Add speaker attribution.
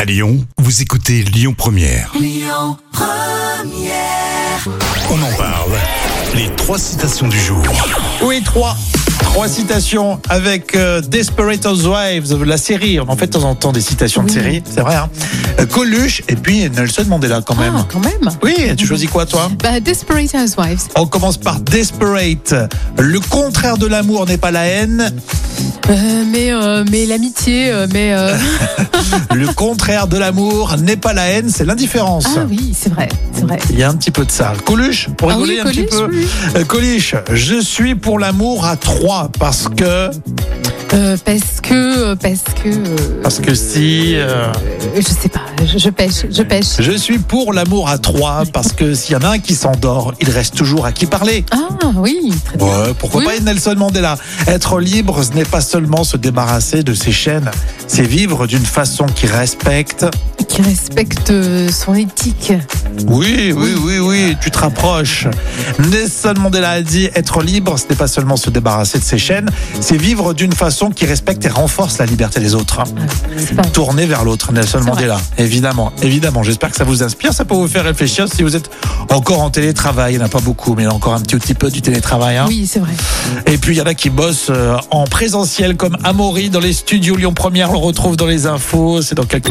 Speaker 1: À Lyon, vous écoutez Lyon Première. On en parle. Les trois citations du jour.
Speaker 2: Oui, trois. Trois citations avec euh, Desperate Housewives, la série. On en fait de temps en temps des citations de série, c'est vrai. hein. Euh, Coluche et puis Nelson Mandela quand même.
Speaker 3: Ah, quand même.
Speaker 2: Oui, tu choisis quoi toi
Speaker 3: Bah, Desperate Housewives.
Speaker 2: On commence par Desperate. Le contraire de l'amour n'est pas la haine.
Speaker 3: Euh, mais euh, mais l'amitié, euh, mais. euh,
Speaker 2: Le contraire de l'amour n'est pas la haine, c'est l'indifférence.
Speaker 3: Ah oui, c'est vrai, c'est vrai.
Speaker 2: Il y a un petit peu de ça. Coluche, pour
Speaker 3: Ah
Speaker 2: rigoler
Speaker 3: oui,
Speaker 2: un
Speaker 3: Coluche,
Speaker 2: petit peu.
Speaker 3: oui.
Speaker 2: Euh, Coluche, je suis pour l'amour à trois parce que.
Speaker 3: Euh, parce que. euh, Parce que. euh,
Speaker 2: Parce que si. euh,
Speaker 3: euh, je sais pas, je, je pêche, je pêche.
Speaker 2: Je suis pour l'amour à trois parce que s'il y en a un qui s'endort, il reste toujours à qui parler.
Speaker 3: Ah oui, très bien.
Speaker 2: Ouais, pourquoi
Speaker 3: Oui.
Speaker 2: pas Nelson Mandela Être libre, ce n'est pas seulement se débarrasser de ses chaînes, c'est vivre d'une façon qui respecte.
Speaker 3: Qui respecte euh, son éthique.
Speaker 2: Oui, oui, oui, oui, tu te rapproches. Nelson Mandela a dit être libre, ce n'est pas seulement se débarrasser de ses chaînes, c'est vivre d'une façon qui respecte et renforce la liberté des autres.
Speaker 3: C'est pas.
Speaker 2: tourner vers l'autre, Nelson
Speaker 3: C'est
Speaker 2: Mandela. Évidemment, évidemment. J'espère que ça vous inspire, ça peut vous faire réfléchir si vous êtes encore en télétravail. Il n'y en a pas beaucoup, mais il y en a encore un petit, petit peu du télétravail. hein.
Speaker 3: Oui, c'est vrai.
Speaker 2: Et puis, il y en a qui bossent euh, en présentiel, comme Amaury dans les studios Lyon Première. On le retrouve dans les infos. C'est dans quelques